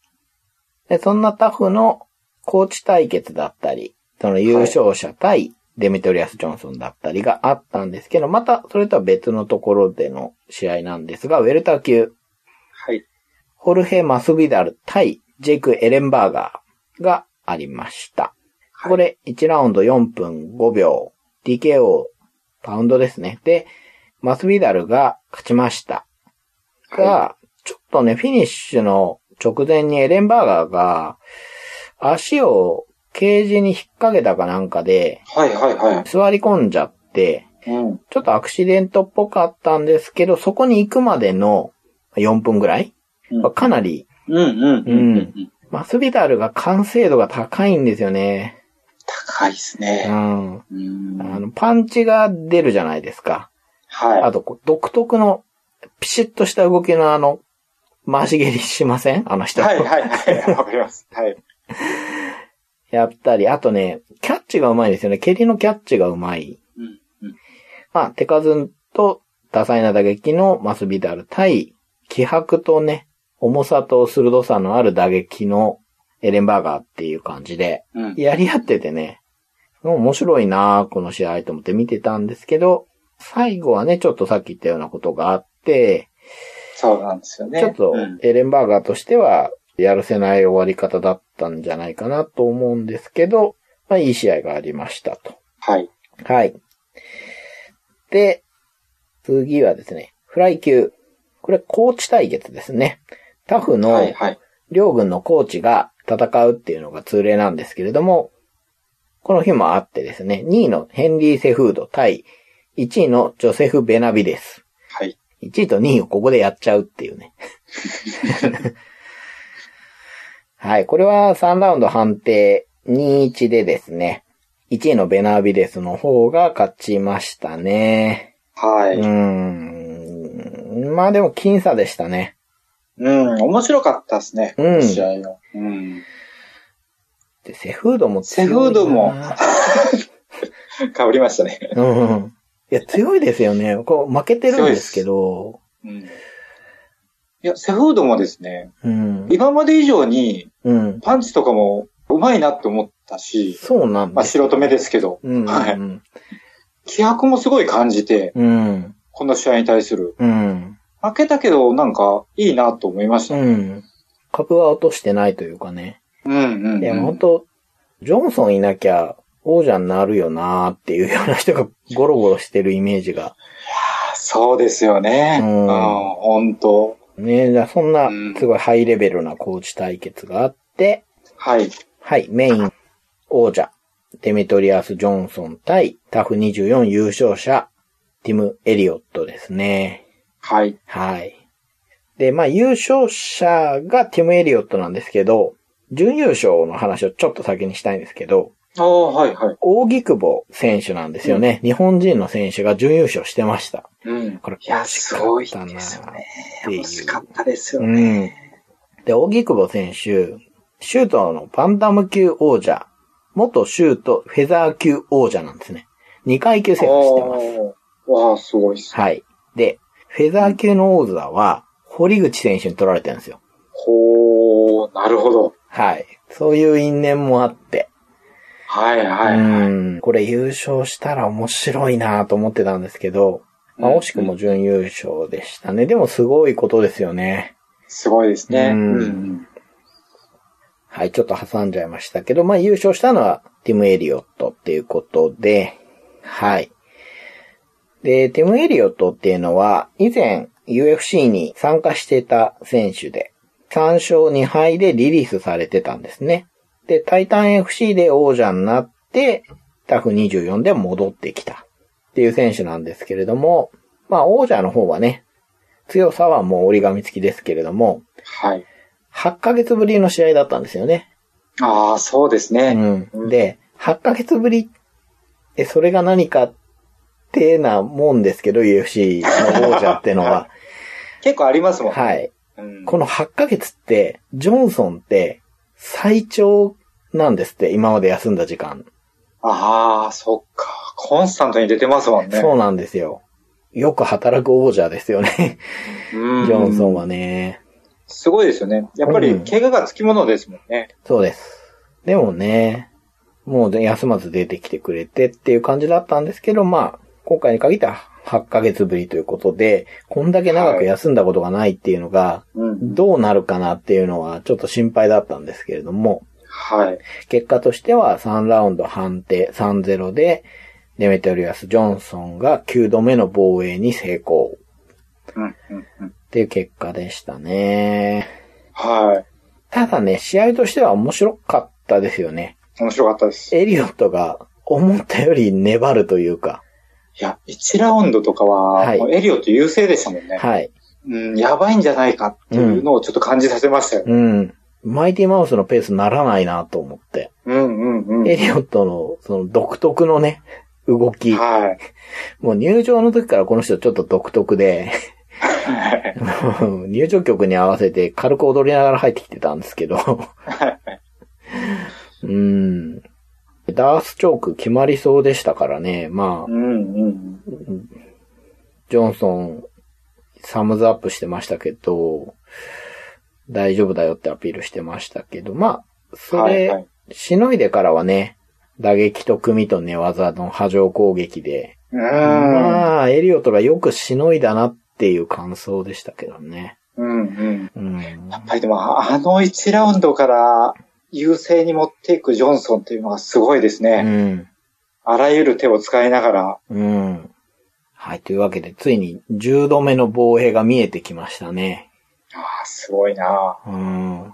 A: で、そんなタフのコーチ対決だったり、その優勝者対デミトリアス・ジョンソンだったりがあったんですけど、またそれとは別のところでの試合なんですが、ウェルター級
B: はい。
A: ホルヘ・マスビダル対ジェイク・エレンバーガーがありました。
B: はい
A: これ1ラウンド4分5秒、DKO、パウンドですね。で、マスビダルが勝ちました。が、ちょっとね、フィニッシュの直前にエレンバーガーが足をケージに引っ掛けたかなんかで
B: はい、はい、は
A: 座り込んじゃって、
B: い。うん。
A: ちょっとアクシデントっぽかったんですけど、そこに行くまでの4分ぐらい
B: うん
A: はかなり
B: うん、うん、うんうん。
A: マスビダルが完成度が高いんですよね。
B: 高いです
A: う
B: ね。
A: ん。あ
B: うん。
A: の、パンチが出るじゃないですか。あ
B: は
A: と、こう独特の、ピシッとした動きのあの、回し蹴りしませんあの
B: い。
A: 人。
B: はい、はい、はい。わかります。はい。
A: やったり、あとね、キャッチがうまいですよね。蹴りのキャッチがうまい。
B: うん、うん。
A: まあ、手数と多彩な打撃のマスビダル対、気迫とね、重さと鋭さのある打撃のエレンバーガーっていう感じで、
B: うん。
A: やり合っててね、面白いなあこの試合と思って見てたんですけど、最後はね、ちょっとさっき言ったようなことがあって、
B: そうなんですよね。
A: ちょっと
B: うん
A: エレンバーガーとしては、やるせない終わり方だったんじゃないかなと思うんですけど、まあいい試合がありましたと。
B: はい。
A: はい。で、次はですね、フライ級。これ、コーチ対決ですね。タフ
B: は
A: の
B: い、はい。
A: 両軍のコーチが戦うっていうのが通例なんですけれども、この日もあってですね、2位のヘンリー・セフード対1位のジョセフ・ベナビデス。
B: はい。
A: 1位と2位をここでやっちゃうっていうね。はい、これは3ラウンド判定2-1でですね、1位のベナービデスの方が勝ちましたね。
B: は
A: うー
B: い。
A: ん。まあでも僅差でしたね。
B: うん、面白かったですね。
A: うん
B: 試合の。うん。
A: で、セフードも強いな。
B: セフードもかぶりましたね。
A: うん。いや、強いですよね。こう、負けてるんですけど。
B: うん。いや、セフードもですね、
A: うん。
B: 今まで以上に
A: うん。
B: パンチとかもうまいなって思ったし、
A: そうなん
B: ま
A: で
B: あ
A: す。
B: 素人目ですけど、
A: うん。
B: は
A: う
B: い
A: ん。
B: 気迫もすごい感じて、
A: うん。
B: この試合に対する。
A: うん。
B: 負けたけど、なんかいいなと思いました。
A: うん。株は落としてないというかね。
B: うんうん、うん。
A: いや、ほんと、ジョンソンいなきゃ王者になるよなーっていうような人がゴロゴロしてるイメージが。
B: そうですよね。
A: う
B: うんん、本当
A: ねだそんな
B: うん、
A: すごいハイレベルなコーチ対決があって、
B: はい。
A: はい、メイン王者、デメトリアス・ジョンソン対タフ24優勝者、ティム・エリオットですね。
B: はい。
A: はい。で、まあ、優勝者がティム・エリオットなんですけど、準優勝の話をちょっと先にしたいんですけど、
B: ああ、はい、はい。
A: 大木久保選手なんですよね。日本人の選手が準優勝してました。
B: うん。
A: これ
B: いや、
A: 惜し
B: す
A: かったな
B: ごいですよね。
A: ていう
B: 惜しかったですよ
A: う
B: ね。
A: ん。で、大木久保選手、シュートのバンダム級王者、元シュートフェザー級王者なんですね。2階級制覇してます。
B: ああ、わあすごいっす。
A: はい。で、フェザー級の王座は、堀口選手に取られてるんですよ。
B: ほう、なるほど。
A: はい。そういう因縁もあって。
B: はい、はい。
A: うん。これ優勝したら面白いなと思ってたんですけど、まあ、
B: うん
A: 惜しくも準優勝でしたね。でもすごいことですよね。
B: すごいですね。
A: うん
B: うん
A: はい、ちょっと挟んじゃいましたけど、まあ優勝したのはティム・エリオットっていうことで、はい。で、ティム・エリオットっていうのは、以前 UFC に参加してた選手で、3勝2敗でリリースされてたんですね。で、タイタン FC で王者になって、タフ24で戻ってきたっていう選手なんですけれども、まあ王者の方はね、強さはもう折り紙付きですけれども、
B: はい。
A: 8ヶ月ぶりの試合だったんですよね。
B: ああ、そうですね。
A: うん。で、8ヶ月ぶりえ、それが何かってなもんですけど、UFC の王者っての は。
B: 結構ありますもん。
A: はい。
B: うん
A: この8ヶ月って、ジョンソンって最長なんですって、今まで休んだ時間。
B: ああ、そっか。コンスタントに出てますもんね。
A: そうなんですよ。よく働く王者ですよね、
B: ジ
A: ジョンソンはね。
B: すごいですよね。やっぱ
A: う
B: り
A: ん、
B: 怪我がつきものですもんね。
A: そうです。でもね、もう休まず出てきてくれてっていう感じだったんですけど、まあ、今回に限っては8ヶ月ぶりということで、こんだけ長く休んだことがないっていうのが、
B: うん。
A: どうなるかなっていうのはちょっと心配だったんですけれども、
B: はい。
A: 結果としては3ラウンド判定3-0で、デメトリアス・ジョンソンが9度目の防衛に成功
B: うん、うん、うん。
A: っていう結果でしたね。
B: は
A: ただね、試合としては面白かったですよね。
B: い。面白かったです。い
A: エリオットが思ったより粘るというか、
B: や、1ラウンドとかは、
A: はい
B: もうエリオット優勢でしたもんね。
A: はい。
B: うん、やばいんじゃないかっていうのをちょっと感じさせましたよ。
A: うん。マイティマウスのペースならないなと思って。
B: うん、うん、うん。
A: エリオットの、その独特のね、動き。
B: はい。
A: もう入場の時からこの人ちょっと独特で、 入場曲に合わせて軽く踊りながら入ってきてたんですけど。うん。ダースチョーク決まりそうでしたからね。まあ、
B: うん、うん。
A: ジョンソン、サムズアップしてましたけど、大丈夫だよってアピールしてましたけど、まあ、そ
B: はいは
A: れ、
B: い。
A: しのいでからはね、打撃と組と寝技の波状攻撃で、
B: う
A: まあ、エリオットがよくしのいだなっていう感想でしたけどね。
B: ん。うんうん。
A: うん。
B: やっぱりでも、あの1ラウンドから優勢に持っていくジョンソンっていうのがすごいです
A: う
B: ね。
A: ん。
B: あらゆる手を使いながら。
A: うん。はい、というわけで、ついに10度目の防衛が見えてきましたね。
B: ああ、すごいな
A: うん。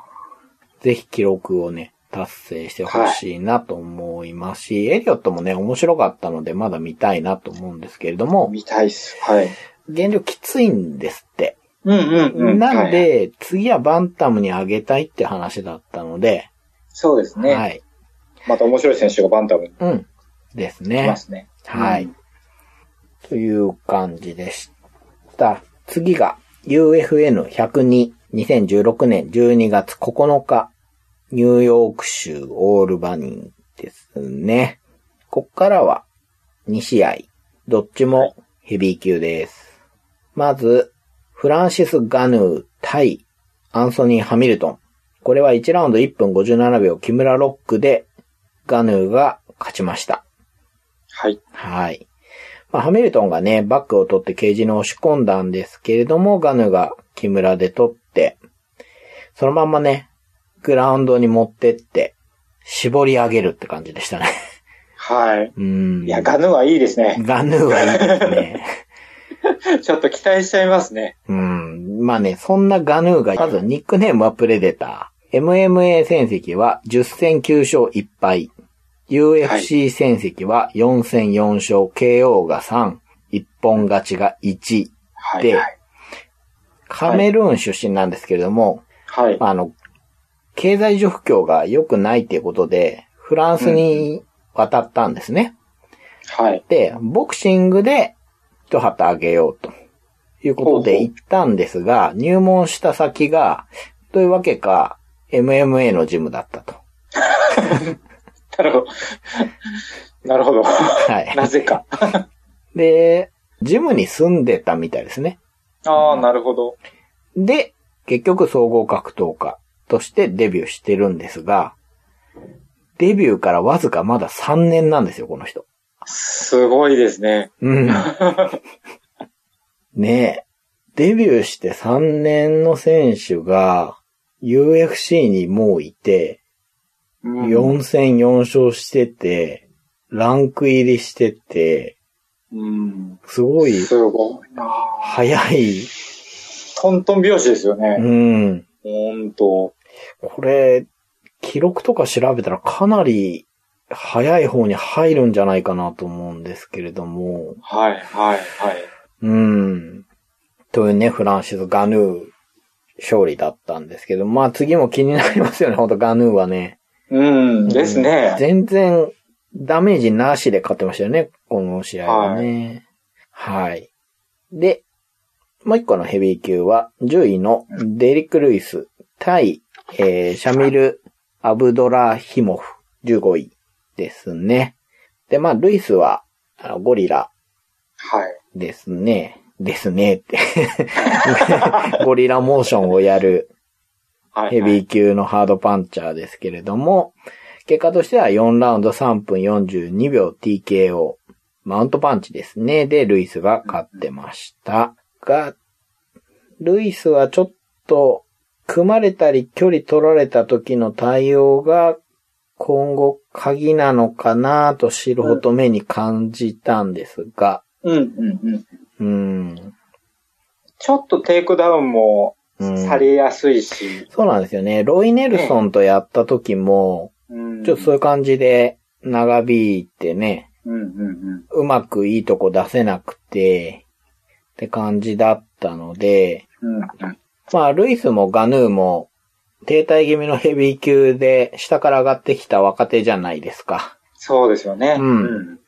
A: ぜひ記録をね、達成してほしいなと思いますし、エリオットもね、面白かったので、まだ見たいなと思うんですけれども、
B: 見たいっす。はい。
A: 減量きついんですって。
B: うんうんうん。
A: なんで、
B: はい、
A: 次はバンタムに上げたいって話だったので、
B: そうですね。
A: はい。
B: また面白い選手がバンタムに
A: うん。です
B: い
A: ね
B: ま。すね。
A: はい、
B: うん
A: という感じでした。次が UFN102、2016年12月9日、ニューヨーク州オールバニーですね。こっからは2試合、どっちもヘビー級です。まず、フランシス・ガヌー対アンソニー・ハミルトン。これは1ラウンド1分57秒、木村ロックでガヌーが勝ちました。
B: はい。
A: はい。まあ、ハミルトンがね、バックを取ってケージに押し込んだんですけれども、ガヌが木村で取って、そのまんまね、グラウンドに持ってって、絞り上げるって感じでした ね。
B: はい。
A: うん。
B: いや、ガヌーはいいですね。
A: ガヌはいいですね。
B: ちょっと期待しちゃいますね。
A: うん。まあね、そんなガヌーが、まずニックネームはプレデター。MMA 戦績は10戦9勝1敗。UFC 戦績は4戦4勝、KO が3、一本勝ちが1。
B: はい、
A: で
B: はい。
A: カメルーン出身なんですけれども、
B: はい。
A: まああの、経済状況が良くないっていうことで、フランスに渡ったんですね。
B: はい。
A: で、ボクシングで一旗あげようということ
B: ほう
A: で
B: ほう
A: 行ったんですが、入門した先が、というわけか、MMA のジムだったと。
B: なるほ ど。なるほど。
A: はい。
B: なぜか。
A: で、ジムに住んでたみたいですね。
B: ああ、なるほど。
A: で、結局総合格闘家としてデビューしてるんですが、デビューからわずかまだ3年なんですよ、この人。
B: すごいですね。
A: うん。ねえ。デビューして3年の選手が UFC にもういて、
B: うん
A: 4戦4勝してて、ランク入りしてて、
B: うん。
A: すごい
B: すごいなあ
A: 早い。
B: トントン拍子ですよね。
A: うん。
B: ほんと。
A: これ、記録とか調べたらかなり早い方に入るんじゃないかなと思うんですけれども、
B: はい、はい、はい。
A: うん。というね、フランシス・ガヌー勝利だったんですけど、まあ次も気になりますよね、ほんとガヌーはね。
B: うん、です
A: うん
B: ね。
A: 全然ダメージなしで勝ってましたよね、この試合はね。はい。で、もう一個のヘビー級は、10位のデリック・ルイス対、えーシャミル・アブドラヒモフ、15位ですね。で、まあ、ルイスは、あのゴリラ
B: はい。
A: ですね。ですねって。 ゴリラモーションをやる
B: はい。
A: ヘビー級のハードパンチャーですけれども、結果としては4ラウンド3分42秒 TKO、マウントパンチですね。で、ルイスが勝ってました。が、ルイスはちょっと、組まれたり距離取られた時の対応が、今後鍵なのかなと知るほど目に感じたんですが、
B: うん、うん、うん。
A: うん。
B: ちょっとテイクダウンも
A: うん
B: されやすいし。
A: そうなんですよね。ロイ・ネルソンとやった時も、
B: うん。
A: ちょっとそういう感じで長引いてね、
B: うん、うん、
A: うまくいいとこ出せなくて、って感じだったので、
B: うん。うん、
A: まあ、ルイスもガヌーも、停滞気味のヘビー級で下から上がってきた若手じゃないですか。
B: そうですよね。
A: うん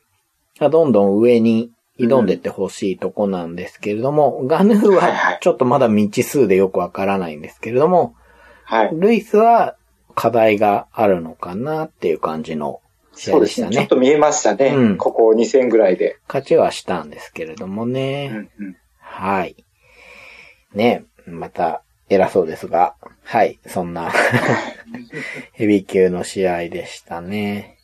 A: どんどん上に挑んでってほしいとこなんですけれども、ガヌー
B: はいは
A: はいちょっとまだ未知数でよくわからないんですけれども、
B: はい。
A: ルイスは課題があるのかなっていう感じの試
B: そ
A: 合
B: うで
A: ですし
B: ね。
A: た
B: ちょっ
A: ね。
B: と見えましたね。
A: うん
B: ここ2戦ぐらいで。
A: 勝ちはしたんですけれども
B: う
A: ね。
B: んうん。
A: はい。ね、また偉そう ですが、はい、そんなヘビー級の試合でしたね。